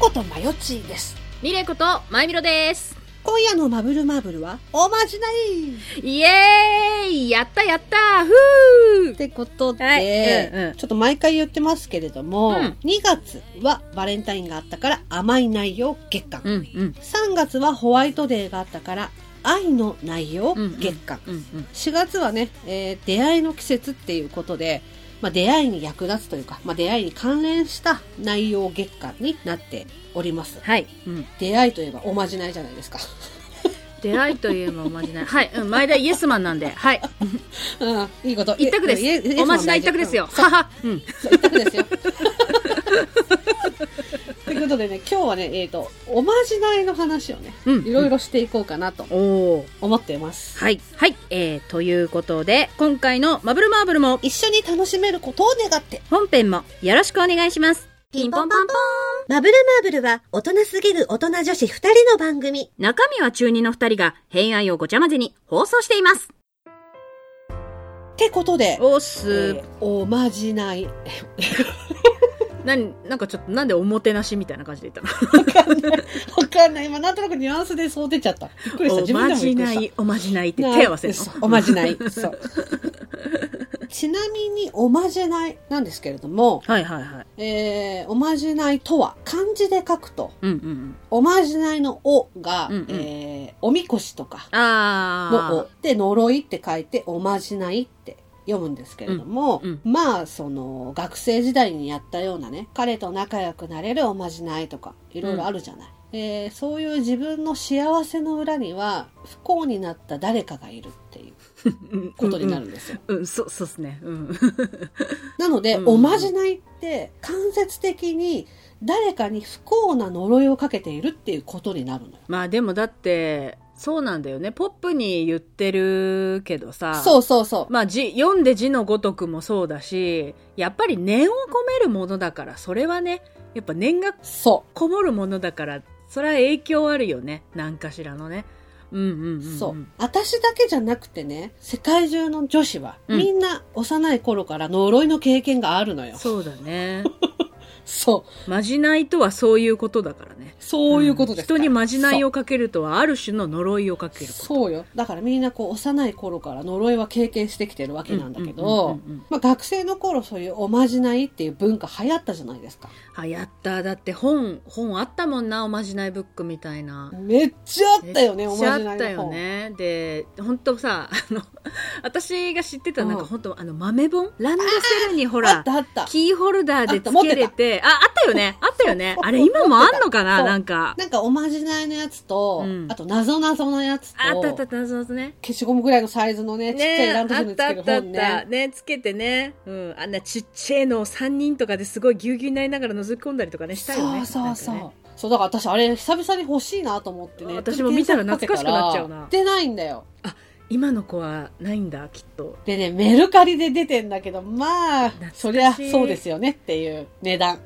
ことまよちです。ミレコとマイミロです。今夜のマブルマーブルは、おまじないイエーイやったやったふってことで、はいうんうんちょっと毎回言ってますけれども、うん2月はバレンタインがあったから甘い内容月間。ううんうん3月はホワイトデーがあったから愛の内容うんうん月間。うんうん4月はね、えー出会いの季節っていうことで、まあ、出会いに役立つというか、まあ、出会いに関連した内容月間になっております。はい、うん、出会いといえばおまじないじゃないですか。出会いといえばおまじないはい、うん、前田イエスマンなんではいうん、いいこと。一択でいえいえイエスすマンおまじない一択ですようんはは、うん、そう一択です よ。ということでね、今日はね、えっ、と、おまじないの話をね、 うんいろいろしていこうかなとおお思っています。はいはいえー、ということで今回の「マブルマーブル」も一緒に楽しめることを願って。本編もよろしくお願いしますピンポンパンポンマブルマーブルは大人すぎる大人女子二人の番組。中身は中二の二人が偏愛をごちゃ混ぜに放送していますってことで、おっすえーおまじない。何なんかちょっとなんでおもてなしみたいな感じで言ったのわかんない。今、なんとなくニュアンスでそう出ちゃった。びっくりした。お自分でもまびじっくりなした。いおまじないって手合わせるな嘘のおまじ ない。そう。 ちなみに、おまじないなんですけれども、はいはいはいえー、おまじないとは、漢字で書くと、うんうんおまじないのおが、うんうんえーおみこしとかうんあのあおで、呪いって書いて、おまじないって読むんですけれども、うんまあ、その、学生時代にやったようなね、彼と仲良くなれるおまじないとか、いろいろあるじゃない。えーそういう自分の幸せの裏には、不幸になった誰かがいるっていうことになるんですよ。うん、うん、そうそうっすねうんなので、うんおまじないって、間接的に誰かに不幸な呪いをかけているっていうことになるのよ。 まあでもだってそうなんだよねポップに言ってるけどさそうそうそう。まあ字読んで字のごとくもそうだしやっぱり念を込めるものだからそれはねやっぱ念がそこもるものだからそれは影響あるよね何かしらのねうんうんうん、う、うん、そう。私だけじゃなくてね、世界中の女子は、うんみんな幼い頃から呪いの経験があるのよ。そうだねそう。まじないとはそういうことだからねそういうことですかんら、人にまじないをかけるとはある種の呪いをかけることそうよ。だからみんなこう幼い頃から呪いは経験してきてるわけなんだけうどんうんうんうんうん、まあ学生の頃そういうおまじないっていう文化流行ったじゃないですか。あやっただって本本あったもんなおまじないブックみたいなめっちゃあったよね、めおっちゃまじなあいったのよ本。ねで本当さ あの私が知ってたなんうかん本当あの豆本ランドセルにほあらったあった。キーホルダーであった持っ付てけたれてああったよねあったよねあれ今もあんのかなそうなんかなんかおまじないのやつと、うんあとなぞなぞのやつと、あったあったあったそうですね消しゴムぐらいのサイズのね、ちっちゃいねランドセルあにったつあけっるたあっ本たね。ねつけてねうんあんなちっちゃいのを3人とかですごいぎゅうぎゅうになりながら覗き込んだりとかねしたよねそうそうそう、なんかねそうだから私あれ久々に欲しいなと思ってね私も見たら懐かしくなっちゃうな検索かけたら出ないんだよ今の子はないんだきっとでねメルカリで出てんだけどまあ懐かしいそりゃそうですよねっていう値段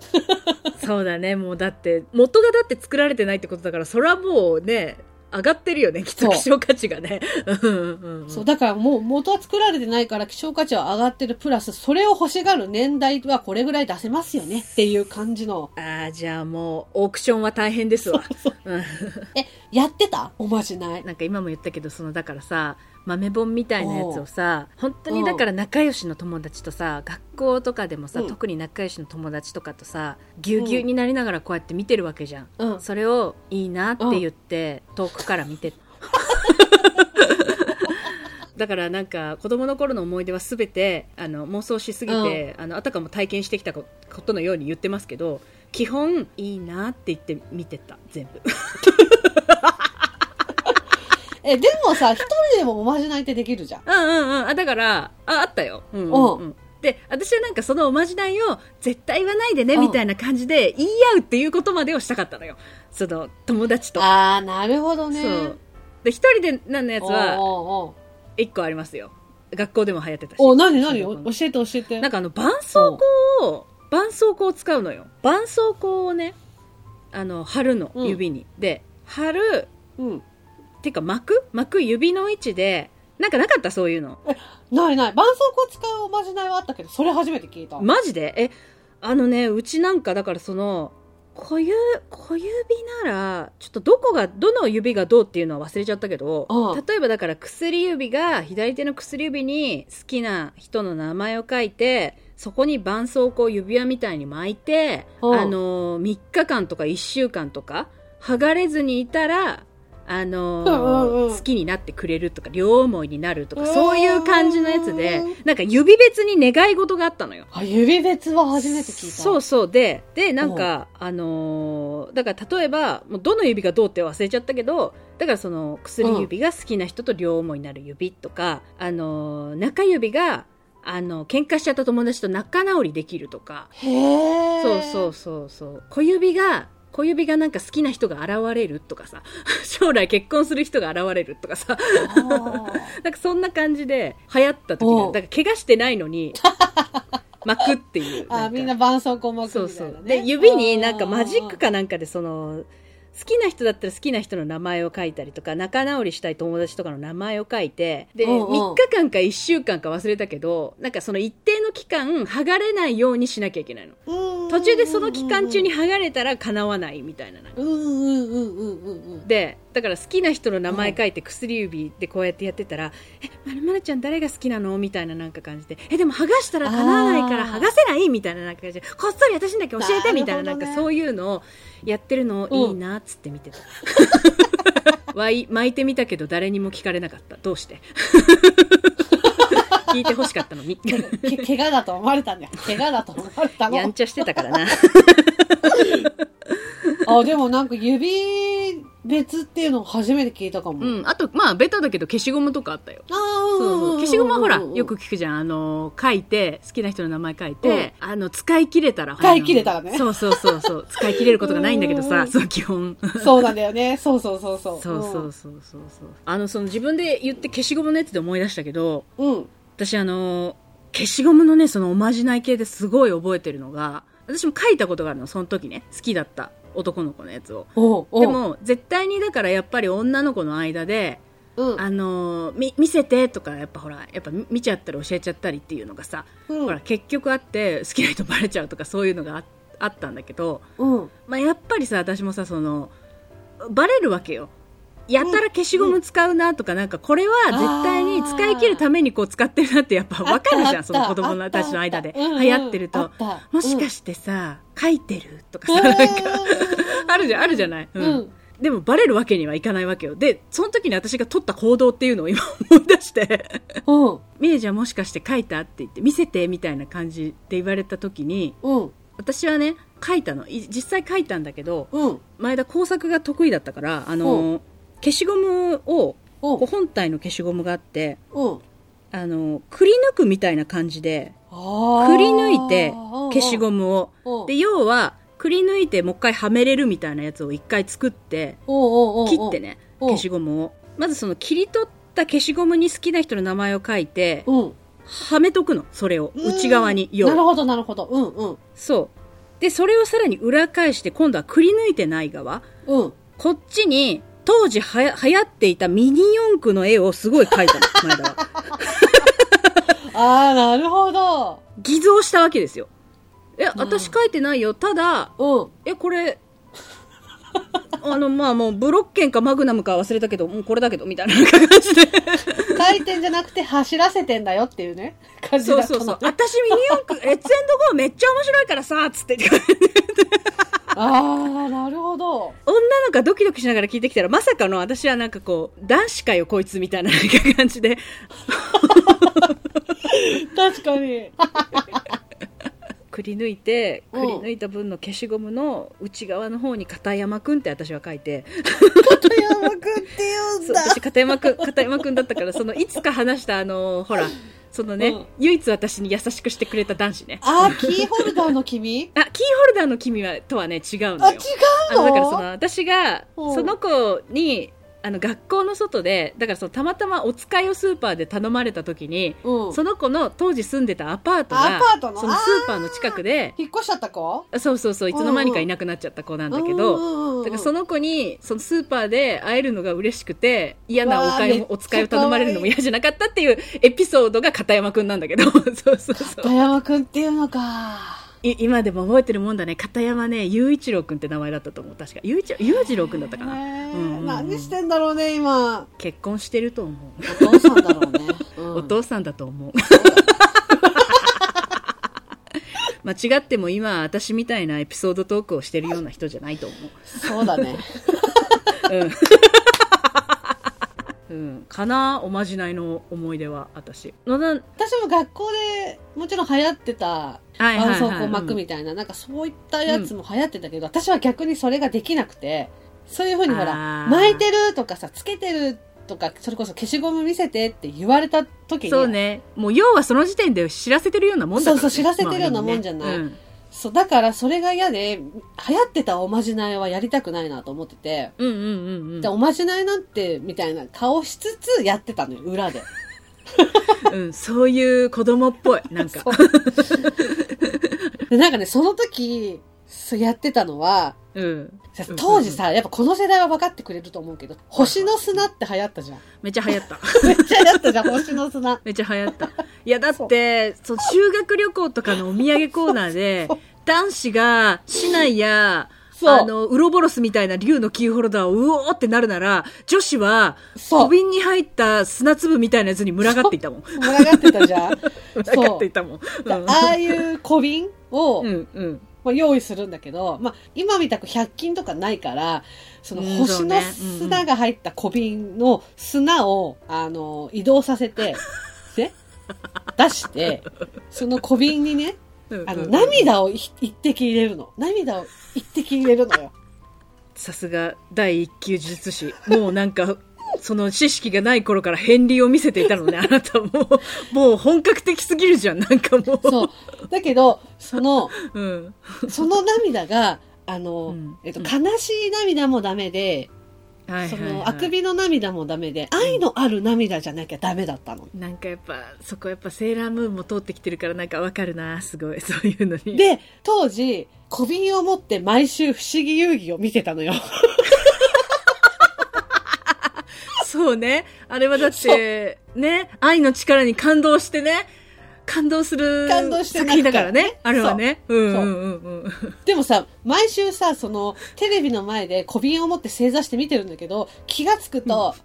そうだねもうだって元がだって作られてないってことだからそれはもうね上がってるよねきっそとう希少価値がねうんうんうんそうだからもう元は作られてないから希少価値は上がってるプラスそれを欲しがる年代はこれぐらい出せますよねっていう感じのああじゃあもうオークションは大変ですわうんえやってたおまじないなんか今も言ったけどそのだからさ豆本みたいなやつをさ本当にだから仲良しの友達とさ学校とかでもさ、うん特に仲良しの友達とかとさぎゅうぎゅうになりながらこうやって見てるわけじゃん、うんそれをいいなって言って、遠くから 見てだからなんか子供の頃の思い出は全てあの妄想しすぎて、あのあたかも体験してきたこことのように言ってますけど基本いいなって言って見てた全部えでもさ一人でもおまじないってできるじゃんうんうんうんあだからああったよ、うんうんうん、で私はなんかそのおまじないを絶対言わないでねうんみたいな感じで言い合うっていうことまでをしたかったのよその友達とああなるほどねそうで一人でなんのやつはおうおう一個ありますよ学校でも流行ってたしおうお何何小お学校教のえて教えてなんかあの絆創膏を絆創膏を使うのよ絆創膏をねあの貼るのうん指に、で貼るうんてか巻く巻く指の位置でなんかなかったそういうのないない。絆創膏使うおまじないはあったけど、それ初めて聞いた。マジでえあのねうちなんかだからその小指小指ならちょっとどこがどの指がどうっていうのは忘れちゃったけどうん例えばだから薬指が左手の薬指に好きな人の名前を書いてそこに絆創膏を指輪みたいに巻いてあうんの3日間とか1週間とか剥がれずにいたらうあんうんのうん好きになってくれるとか両思いになるとかそういう感じのやつでなんか指別に願い事があったのよ。あ指別は初めて聞いたそうそうででなんかあのーだから例えばもうどの指がどうって忘れちゃったけどだからその薬指が好きな人と両思いになる指とか、あのー中指があの喧嘩しちゃった友達と仲直りできるとか、へえそうそうそうそう小指が小指がなんか好きな人が現れるとかさ 将来結婚する人が現れるとかさ あなんかそんな感じで流行った時おのうだから怪我してないの に巻くっていうーあなーかみんな絆創膏巻そくうみたいな、ね、そうで指になんかマジックかなんかでその好きな人だったら好きな人の名前を書いたりとか仲直りしたい友達とかの名前を書いてでうんうん3日間か1週間か忘れたけどなんかその一定の期間剥がれないようにしなきゃいけないの途途中でその期間中に剥がれたら叶わないみたいななんかうんうんうんうんうんうんでだから好きな人の名前書いて薬指でこうやってやってたら「えまるまるちゃん誰が好きなの?」みたいななんか感じで「えでも剥がしたら叶わないからあー剥がせない」みたいななんか感じで「こっそり私だけ教えて」みたいなるななほどんねかそういうのをやってるのうんいいなっつって見てた。 わい巻いてみたけど誰にも聞かれなかったどうして 聞いてほしかったの にけ 怪我だと思われたんだよ怪我だと思われたのやんちゃしてたからなあでもなんか指別っていうの初めて聞いたかも、うんあとまあベタだけど消しゴムとかあったよあーそうそう消しゴムはほらよく聞聞くじゃんあの書いて好きな人の名前書いて、あの使い切れたら使い切れたらねあのそうそうそうそう使い切れることがないんだけどうんうさんそう基本くそうなんだよねそうそうそうそそううそうそうそうそうあのその自分で言って消しゴムのやつで思い出したけどうん、うん、私あの消しゴムのねそのおまじない系ですごい覚えてるのが私も書いたことがあるのその時ね好きだった男の子のやつをおうおうでも絶対にだからやっぱり女の子の間でうんあのみ見せてとかやっぱほらやっぱ見見ちゃったり教えちゃったりっていうのがさ、うんほら結局あって好きな人バレちゃうとかそういうのがああったんだけど、うんまあ、やっぱりさ私もさそのバレるわけよやたら消しゴム使うなとか、なんかこれは絶対に使い切るためにこう使ってるなってやっぱ分かるじゃんその子供たちの間で流行ってると、もしかししてさ書いてるとかてさ、なんかあるじゃんあるじゃない、ううんんうんうんでもバレるわけにはいかないわけよ。で、その時に私が取った行動っていうのを今思い出 して、うんミネちゃんもしかして書いたって言って、見せてみたいな感じで言われた時に、うん私はね、書いたの。い実際書いたんだけど、うん前田工作が得意だったから、あうの、消しゴムを、うんこう本体の消しゴムがあって、うんあの、くり抜くみたいな感じで、くくり抜いて消しゴムを。ムで、要は、くり抜いてもう一回はめれるみたいなやつを一回作って、切ってねうん消しゴムをまずその切り取った消しゴムに好きな人の名前を書いてうんはめとくのそれを内側になるよほどなるほどうんうんそうでそれをさらに裏返して今度はくり抜いてない側うんこっちに当時はや流行っていたミニ四駆の絵をすごい 描いたの前田はああなるほど偽造したわけですよえ私描いてないよただ うんえこれあのまあもうブロッケンかマグナムか忘れたけどもうこれだけどみたいな感じで回転じゃなくて走らせてんだよっていうね感じだそうったそのうそう。私ミニ 四駆、レッツエンドゴーめっちゃ面白いからさ、つって。ああなるほど女の子がドキドキしながら聞いてきたら、まさかの私はなんかこう、男子かよこいつみたいななんか感じで、確かに くり抜いて、うくんり抜いた分の消しゴムの内側の方に片山くんって私は書いて、片山くんって言うそんうだ私片山くん、片山くんだったから、そのいつか話したあ の、ほら、そのね、うん唯一私に優しくしてくれた男子ね。あーキーホルダーの君あ、キーホルダーの君は、とはね、違うのあ違よ。うあののだからその私がうんその子にあの学校の外でだからそのたまたまお使いをスーパーで頼まれた時に、うんその子の当時住んでたアパートアがパートのそのあースーパーの近くで引っ越しちゃった子そうそうそういつの間にかいなくなっちゃった子なんだけうど。んうんうんうんだからその子にそのスーパーで会えるのが嬉しくて嫌なお買いわあお使いを頼まれるのも嫌じゃなか ったっていうエピソードが片山くんなんだけどそうそうそう片山くんっていうのかい今でも覚えてるもんだね片山ね雄一郎君って名前だったと思う確か雄一雄一郎君だったかな、ねうんうんうん何してんだろうね今結婚してると思う、お父さんだろうね、うんお父さんだ と思う間違っても今私みたいなエピソードトークをしてるような人じゃないと思そうだね う、うん、かなおまじないの思い出は私のな私も学校でもちろん流行ってたはいは絆いはい創膏巻くみたいな、なんかそういったやつも流行ってたけど、私は逆にそれができなくて、そういうふうにほあら、ー巻いてるとかさ、つけてるとか、それこそ消しゴム見せてって言われた時うんに、そうねもう要はその時点で知らせてるようなもんだから、ね、そうそう知らせてるようなもんじゃないまあでもねそう、だからそれが嫌で、流行ってたおまじないはやりたくないなと思ってて、うん、うんうんうんうんでおまじないなんて、みたいな顔しつつやってたのよ、裏で。うん、そういう子供っ ぽい、なんか。でなんかね、その時、そうやってたのは、うん。当時さ、やっぱこの世代は分かってくれると思うけど、星の砂って流行ったじゃん。めっちゃ流行った。 めっちゃ流行ったじゃん、星の砂。めっちゃ流行った。いや、だって、そう修学旅行とかのお土産コーナー で、男子が市内や、そうあの、ウロボロスみたいな竜のキーホルダーをうおーってなるなら、女子は、そう小瓶に入った砂粒みたいなやつに群がっていたもん。群がってたじ ゃん。群そうがっていたもん。うだんああいう小瓶を、うん、うん。まあ、用意するんだけど、まあ、今みたく100均とかないから、そのうんそ星うのね砂が入った小瓶の砂を、あの、移動させて、 ね、出して、その小瓶にね、うんあうの、ん涙を一一滴入れるの。涙を一滴入れるのよ。さすが第一級呪術師もうなんかその知識がない頃から片鱗を見せていたのねあなたもうもう本格的すぎるじゃんなんかもうそう。だけど、その、う、ん、その涙が、あの、うんえっと、うん悲しい涙もダメで、はいはい、そはい、の、あくびの涙もダメで、愛のある涙じゃなきゃダメだったの。なんかやっぱそこやっぱセーラームーンも通ってきてるからなんかわかるなす ごいそういうのにで、当時、小瓶を持って毎週不思議遊戯を見てたのよ。 そうねあれはだってね愛の力に感動してね感動する感動して作品だからねあれはねうんうそうんうんうんでもさ、毎週さ、その、テレビの前で小瓶を持って正座して見てるんだけど、気がつくと、はっはっ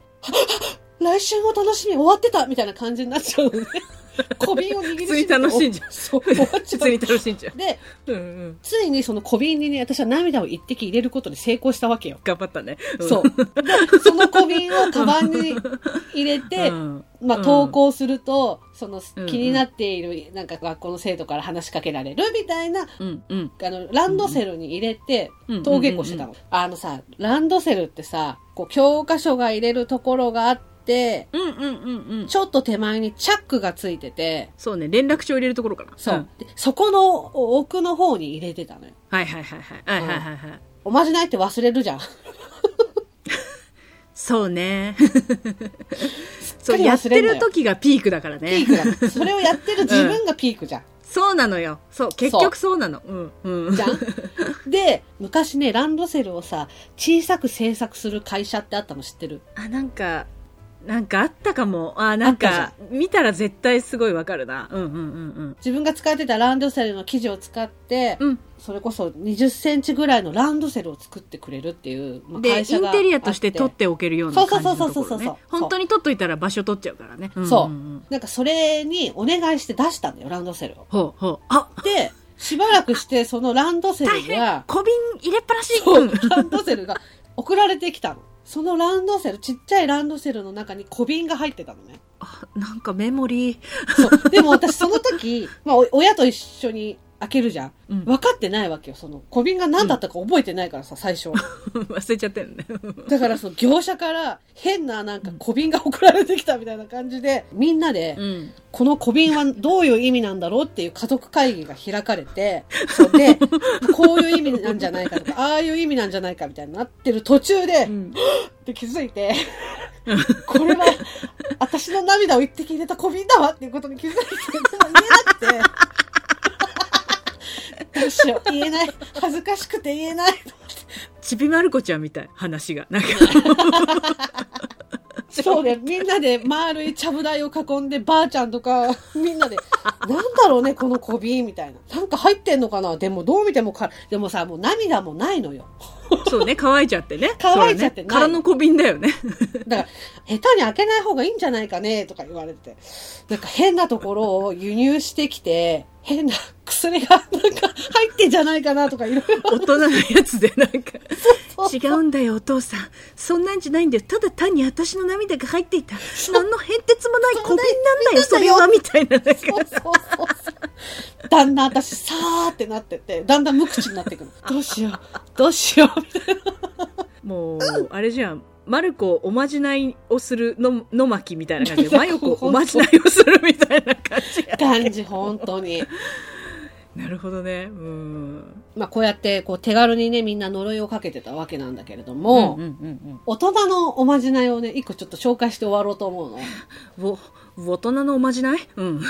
来週も楽しみ終わってたみたいな感じになっちゃうの ね。小瓶を握り普通に楽しんじゃうそう、 終わっち普ゃう通に。楽しんじゃで、う、うんうん、ついにその小瓶にね、私は涙を一滴入れることに成功したわけよ。頑張ったね、んそう。で、その小瓶をカバンに入れて、うんまうあ、ん投稿すると、そのうんうん気になっている、なんか学校の生徒から話しかけられるみたいな、うんうんあの、ランドセルに入れてうんうん、登下校してたの。あのさ、ランドセルってさ、こう、教科書が入れるところがあって、うんうんうんうんちょっと手前にチャックがついてて、そうね連絡帳入れるところかなそう。んでそこの奥の方に入れてたのよ。はいはいはいはいはいはいはいはいおまじないって忘れるじゃん。そ うねかそうりやっ忘てれんのよる時がピークだからピねークだ。 それをやってる自分がピークじゃん。 そうなのよそう結局そうなのうんうんじゃんで、昔ね、ランドセルをさ、小さく制作する会社ってあったの知ってるあなんかなんかあったかもあなんあかっ見たら絶対すごいわかるなうんうんうん自分が使ってたランドセルの生地を使って、うんそれこそ20センチぐらいのランドセルを作ってくれるっていう、まうあんでイ会社がンテリアとしてあ取っておけるような感じのとそうこそうそうそうろそうそねう本当に取っといたら場所取っちゃうからねそうんんんなんかそれにお願いして出したんだよ、ランドセルを。ほうほうあで、しばらくしてそのランドセ大ル変が、小瓶入れっぱなしそううんランドセルが送られてきたの。そのランドセル、ちっちゃいランドセルの中に小瓶が入ってたのね。あなんかメモリー そう。でも私その時、まあお親と一緒に開けるじゃん。うん分かってないわけよ。その小瓶が何だったか覚えてないからさ、最初。忘れちゃってるね。だからその業者から変ななんか小瓶が送られてきたみたいな感じで、みんなで、ん。この小瓶はどういう意味なんだろうっていう家族会議が開かれて、そう で、こういう意味なんじゃないかとか、ああいう意味なんじゃないかみたいになってる途中で、って気づいて、 これは、私の涙を一滴入れた小瓶だわっていうことに気づいて、でも言えなく て、どうしよう、言えない、恥ずかしくて言えない。 ちびまる子ちゃんみたい、話が。なんか、そそうね、みんなで丸いちゃぶ台を囲んで、ばあちゃんとか、みんなで、なんだろうね、この小瓶みたいな。なんか入ってんのかなでもどう見てもか、でもさ、もう涙もないのよ。そうね、乾いちゃってね。乾いちゃってそうないね空の小瓶だよ ね。だから、下手に開けない方がいいんじゃないかね、とか言われて。なんか変なところを輸入してきて、変な薬がなんか入ってんじゃないかなとかいろいろ。大人のやつでなんかそう違うんだよお父さんそんなんじゃないんだよただ単に私の涙が入っていた何の変哲もない小そう瓶なんだよそれはみたいななんかそうそうそうそう。だんだん私、さーってなってって、だんだん無口になってくる。どうしよう、どうしよう、みたいもうあれじゃんマルコおまじないをするのの巻きみたいな感じでマヨコおまじないをするみたいな感じな感じ、本当に。なるほどねうんまあ、こうやって、こう、手軽にね、みんな呪いをかけてたわけなんだけれども、うんうん大人のおまじないをね、一個ちょっと紹介して終わろうと思うの。うんお大人のおまじないうん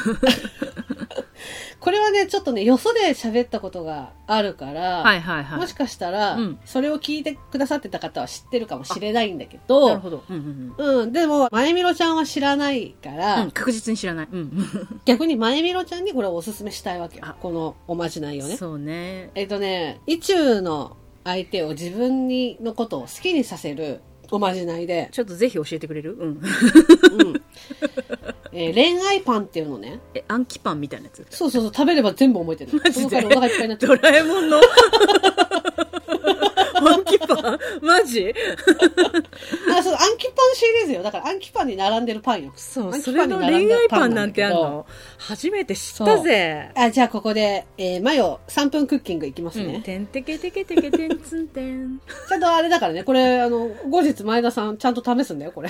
これはね、ちょっとね、よそで喋ったことがあるから、はいはいはいもしかしたら、うんそれを聞いてくださってた方は知ってるかもしれないんだけなるど、ほど、うんうんうんうん、でも、まゆみろちゃんは知らないから、うん、確実に知らない、うん、逆にまゆみろちゃんにこれをおすすめしたいわけよあ。このおまじないをね。そうねえっとね、意中の相手を自分にのことを好きにさせるおまじないで、ちょっとぜひ教えてくれるうん。う んえー恋愛パンっていうのね。え、暗記パンみたいなやつ。そうそうそう、食べれば全部覚えてる。マジそので代わりお腹いっぱいになってドる。ラえもんの 暗記パンマジあ、そう、アンキパンシリーズよ。だからアンキパンに並んでるパンよ。そ暗記そパれンにの並ん恋だ愛パパンンななんだんけてどあんの初めて知ったぜ。あ、じゃあここで、えーマヨ3分クッキングいきますうん、ね。てんてけてけてけてんつんてん。ちゃんとあれだからね、これ、あの、後日前田さんちゃんと試すんだよ、こ れ。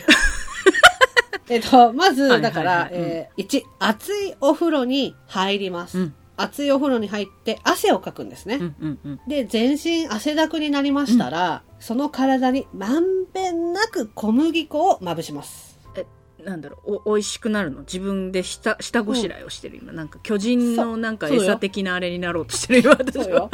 えっと、まず、はいだから、はいはいえー、1、熱いお風呂に入ります。うん熱いお風呂に入って汗をかくんですね。うんうんうん。で、全身汗だくになりましたら、その体にまんべんなく小麦粉をまぶします。なんだろう、お、美味しくなるの自分で下、下ごしらえをしてる今。なんか巨人のなんかそうそうよ餌的なあれになろうとしてる今、私そうはよ。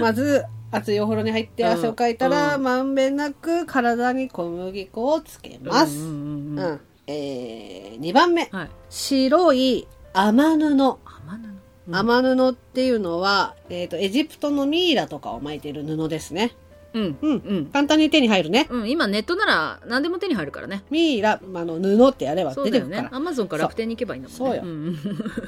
まず、熱いお風呂に入って汗をかいたら、うんまんべんなく体に小麦粉をつけます。ううんうんうんんうん。えー、2番目。はい。白い雨布。甘なのうん雨布っていうのは、えっ、と、エジプトのミイラとかを巻いてる布ですね。うん。うんうん。簡単に手に入るね。うん、今ネットなら何でも手に入るからね。ミイラ、まああの、布ってやればそう出てだよくるかね。ら。アマゾンか楽天に行けばいいんだもんね。そうよん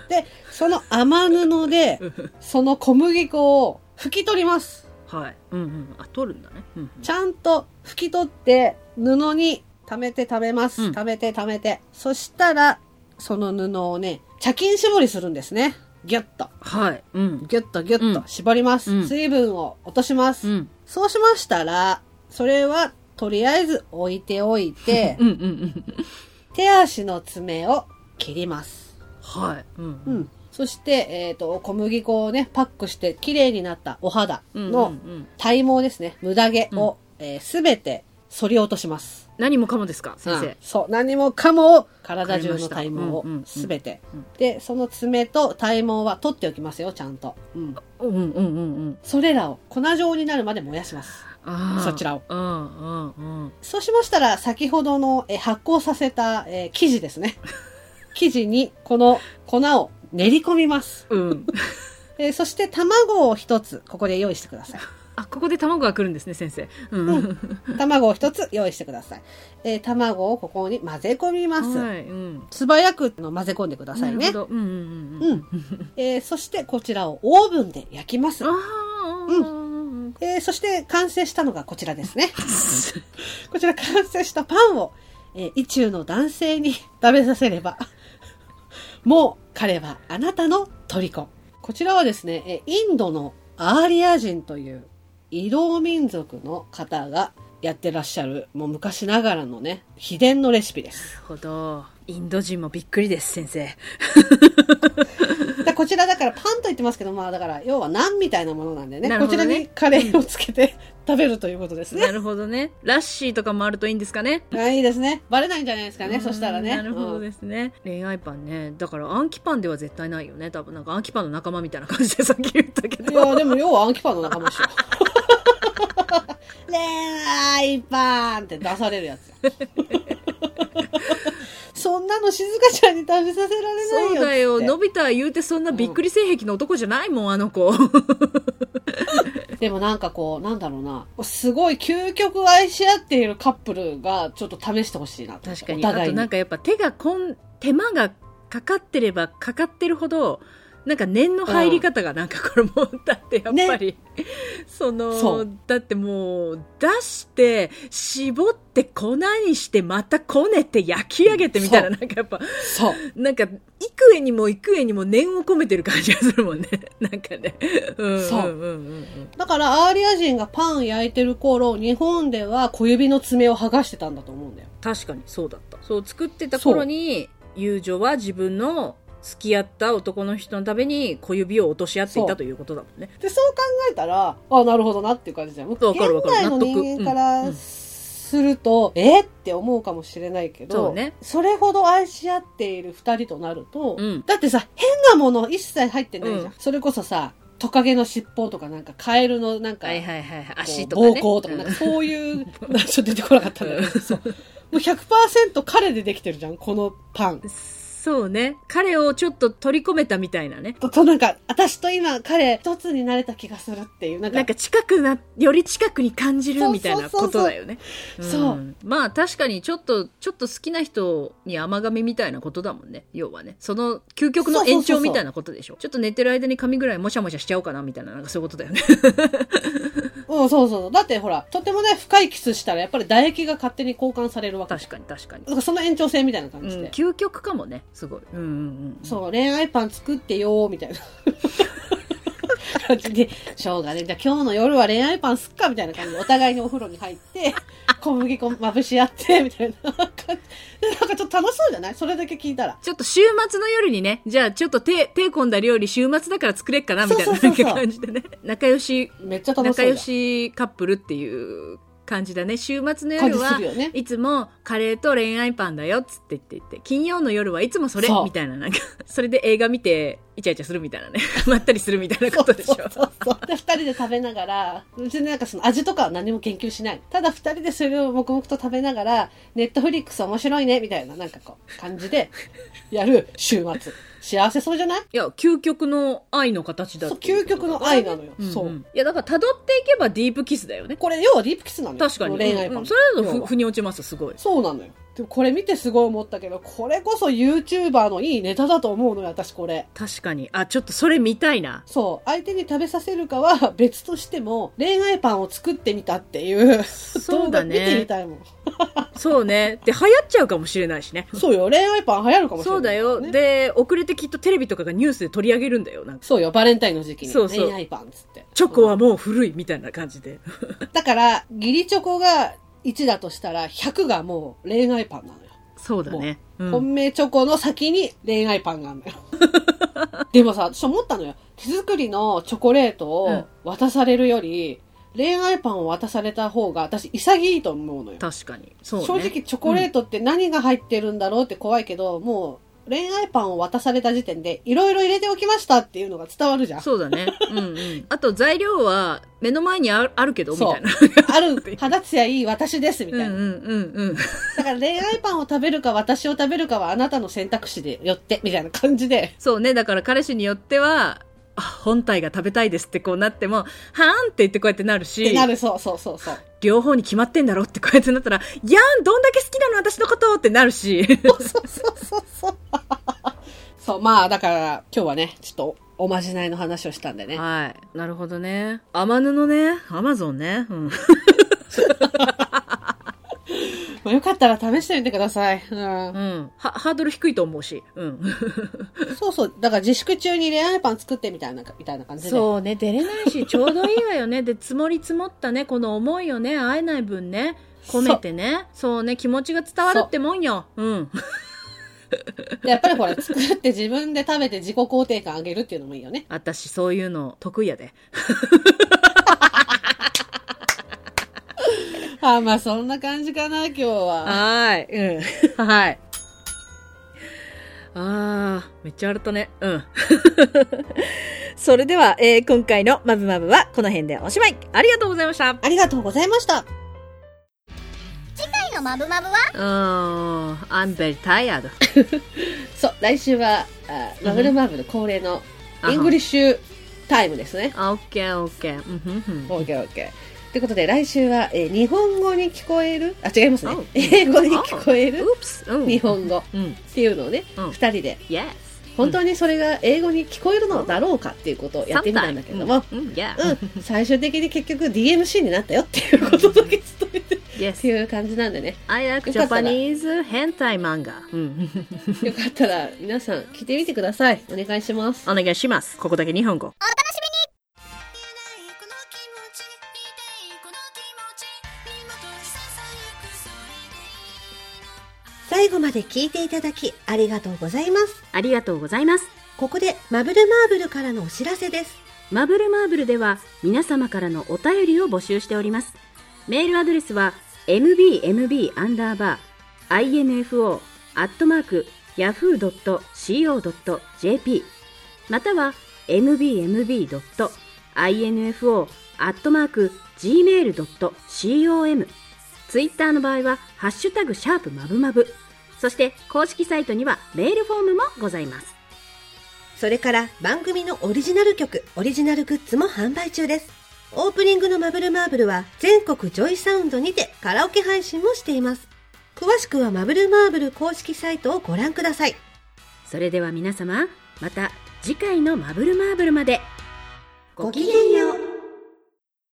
で、その雨布で、その小麦粉を拭き取ります。はい。うんうん。あ、取るんだね。うんうんちゃんと拭き取って、布に溜めて食べまうす。ん溜めて溜めて。そしたら、その布をね、茶巾絞りするんですね。ギュッと。はい。うん。ギュッとギュッうとん絞ります。うん水分を落とします。うん。そうしましたら、それはとりあえず置いておいてう、んうんうん。 手足の爪を切ります。はい。ううんん。そして、えっ、と、小麦粉をね、パックして綺麗になったお肌うん。うんのうんうん体毛ですね、無駄毛をすべ、えー全て剃り落とします。何もかもですか先うん生。そう、何もかもを体中のわか体り毛ましたをうんうんうんすべてうん。で、その爪と体毛は取っておきますよ、ちゃんと。うん。うんうんうんうん。それらを粉状になるまで燃やし ます。あーそちらを。うんうんうん。そうしましたら、先ほどのえー発酵させたえー生地ですね。 生地にこの粉を練り込みます。うん。えーそして卵を一つ、ここで用意してくだ さい。 あ、ここで卵が来るんですね、先生。うん。う卵を一つ用意してください。えー卵をここに混ぜ込みます。はい。うん。素早くの混ぜ込んでくださないるねほ。ど。うんうんうんううん。ん。えーそしてこちらをオーブンで焼きますあ。あ。うん。えーそして完成したのがこちらですね。 こちら完成したパンを、えー、意中の男性に食べさせれば、 もう彼はあなたの虜。こちらはですね、えーインドのアーリア人という移動民族の方がやってらっしゃる、もう昔ながらのね、秘伝のレシピです。 なるほど。インド人もびっくりです、先生。でこちらだからパンと言ってますけど、まあだから、要はナンみたいなものなんでね、なるこほちどらねにカレーをつけて食べるということですねな。るほどね。ラッシーとかもあるといいんですかね。あいいですね。バレないんじゃないですかうね、んそしたらね。なるほどうんですね。恋愛パンね。だから、暗記パンでは絶対ないよね。多分、なんか暗記パンの仲間みたいな感じでさっき言ったけいや、ど。でも要はアンキパンの仲間でし ょ。 恋愛パンって出されるやつ。そんなの静香ちゃんに食べさせられないよそうだよ、つってのび太言うてそんなびっくり性癖の男じゃないもん、あの子。でもなんかこう、なんだろうな、すごい究極愛し合っているカップルがちょっと試してほしいなと。確かに。おあ互いとに。なんかやっぱ手がこん、手間がかかってればかかってるほど、なんか念の入り方がなんかこれもう、だってやっぱり、そのそうだってもう出して、絞って粉にしてまたこねて焼き上げてみたいな、なんかやっぱ、そう。なんか、幾重にも幾重にも念を込めてる感じがするもんね。なんかね。うんんそうんうんうん。だから、アーリア人がパン焼いてる頃、日本では小指の爪を剥がしてたんだと思うんだよ。確かにそうだったそう作ってた頃に友情は自分の付き合った男の人のために小指を落とし合っていそたうということだもんねで、そう考えたら、あ、なるほどなっていう感じじゃん。現かるわかる代の人間からすると、えって思うかもしれないけど、そうねそれほど愛し合っている二人となると、うんだってさ、変なもの一切入ってないじゃん。うんそれこそさ、トカゲの尻尾とかなんか、カエルのなんか、はいはいはいはい足とこかうね膀胱とか、なんかそういう、なんかちょっと出てこなかったんだけど、そう。もう100%彼でできてるじゃん、このパンう。んそうね彼をちょっと取り込めたみたいなねと、となんか、私と今彼一つになれた気がするっていう、なんか、なんか近くなより近くに感じるみたいなそうそこうそうそうとだよねそうんまあ確かにちょっとちょっと好きな人に甘噛みみたいなことだもんね要はねその究極の延長みたいなことでしょちょっと寝てる間に髪ぐらいもしゃもしゃしちゃおうかなみたいななんかそういうことだよねうん、そうそうそう。だってほら、とてもね、深いキスしたら、やっぱり唾液が勝手に交換されるわけ確かに確かにだ、からその延長線みたいなう感じん、で。究極かもねすごい、うんうんうん、そう、恋愛パン作ってよー、みたいな。感じで、 しょうがね。じゃあ今日の夜は恋愛パンすっか、みたいな感じで、お互いにお風呂に入 って、小麦粉まぶし合って、みたいな感じで。なんかちょっと楽しそうじゃないそれだけ聞いたら。ちょっと週末の夜にねじゃあちょっと手手込んだ料理週末だから作れっかなみたいなそうそうそうそうなんか感じでね 仲良しめっちゃ楽し仲そう良じしカップルっていう感じだね週末のゃん。感夜じはするよね。いつもカレーと恋愛パンだよっつって言って言って金曜の夜はいつもそれそうみたいななんか それで映画見てイチャイチャするみたいなね まったりするみたいなことでしょそうそうそうで二人で食べながら別になんかその味とかは何も研究しないただ二人でそれを黙々と食べながらネットフリックス面白いねみたいななんかこう感じでやる週末幸せそうじゃないいや究極の愛の形だそうっていう究こと極の愛なのよ、うんうんそういやだから辿っていけばディープキスだよねこれ要はリップキスなのよ確かに恋愛うんパうンんそれだ要とふは腑に落ちますすごいそうなのよでもこれ見てすごい思ったけどこれこそ YouTuber のいいネタだと思うのよ私これ確かにあちょっとそれ見たい なそう相手に食べさせるかは別としても恋愛パンを作ってみたっていうそ動うだ画見てみねたいもんそうねで流行っちゃうかもしれないしねそうよ、恋愛パン流行るかもしれそうなだい、よ。で遅れてきっとテレビとかがニュースで取り上げるんだよなんかそうよ、バレンタインの時期にそうそう恋愛パンっつって。チョコはもう古いみたいな感じでうんだから、義理チョコが1だとしたら、100がもう恋愛パンなのよ。 そうだね、うん本命チョコの先に恋愛パンがあるのよ。 でもさ、私思ったのよ。手作りのチョコレートうんを渡されるより、恋愛パンを渡された方が、私、潔いと思うのよ。確かにそう、ね、正直、チョコレートって何が入ってるんだろうって怖いけど、もう、恋愛パンを渡された時点で、いろいろ入れておきましたっていうのが伝わるじゃん。そうだねうん うんあと材料は目の前にあるあるけどみそうたいなある、肌ツヤいい私です、み うんたういな。んうんうんだから恋愛パンを食べるか私を食べるかはあなたの選択肢でよって、みたいな感じで。そうねだから彼氏によってはあ本体が食べたいですってこうなってもはーんって言ってこうやってなるしってなる、そうそうそうそう。両方に決まってんだろってこうやってなったら、やんどんだけ好きなの私のことってなるし。そうそうそうそう。そう、まあだから今日はね、ちょっとおまじないの話をしたんでね。 はい。なるほどね。天布ね。アマゾンね。うん。まあよかったら試してみてください。うんう。ん。はハードル低いと思うし。うん。そうそう。だから自粛中に恋愛パン作ってみたいな、みたいな感じで。 そうね。出れないし、ちょうどいいわよね。で、積もり積もったね、この思いをね、会えない分ね、込めてね。そうね、気持ちが伝わるってもんよ。うん。でやっぱりほら、作って自分で食べて自己肯定感上げるっていうのもいいよね。私、そういうの得意やで。あーまあそんな感じかな、今日は。はい。うん。 はい。あー、めっちゃ荒れたね。うん。 それでは、えー今回のマブマブはこの辺でおしまい。ありがとうございました。ありがとうございました。次回ののマブマブはうん、I'm very tired. そう、来週は、あマブルマブル恒例のうんイングリッシュタイムですね。あ、OK、OK. うんふんふんオーケーオーケー。ということで、来週は、えー日本語に聞こえる、あ、違いますねうん。英語に聞こえる Oops. うん日本語っうん。ていうのをね、うん二人で、 Yes. 本当にそれが英語に聞こえるのだろうかっていうことをやってみたんだけども、うん、うん Yeah. うん、最終的に結局 DMC になったよっていうことだけ伝えてっ Yes. ていう感じなんでね、 I like よかったら Japanese 変態漫画。うん。よかったら皆さん聞いてみてください。お願いします。 お願いします。ここだけ日本語。最後まで聞いていただきありがとうございます。ありがとうございます。ここでマブルマーブルからのお知らせです。マブルマーブルでは皆様からのお便りを募集しております。メールアドレスは mbmb-info-yahoo.co.jp または mbmb.info-gmail.com ツイッターの場合はハッシュタグシャープマブマブそして公式サイトにはメールフォームもございます。それから番組のオリジナル曲、オリジナルグッズも販売中です。オープニングのマブルマーブルは全国ジョイサウンドにてカラオケ配信もしています。詳しくはマブルマーブル公式サイトをご覧ください。それでは皆様また次回のマブルマーブルまでごきげんよう。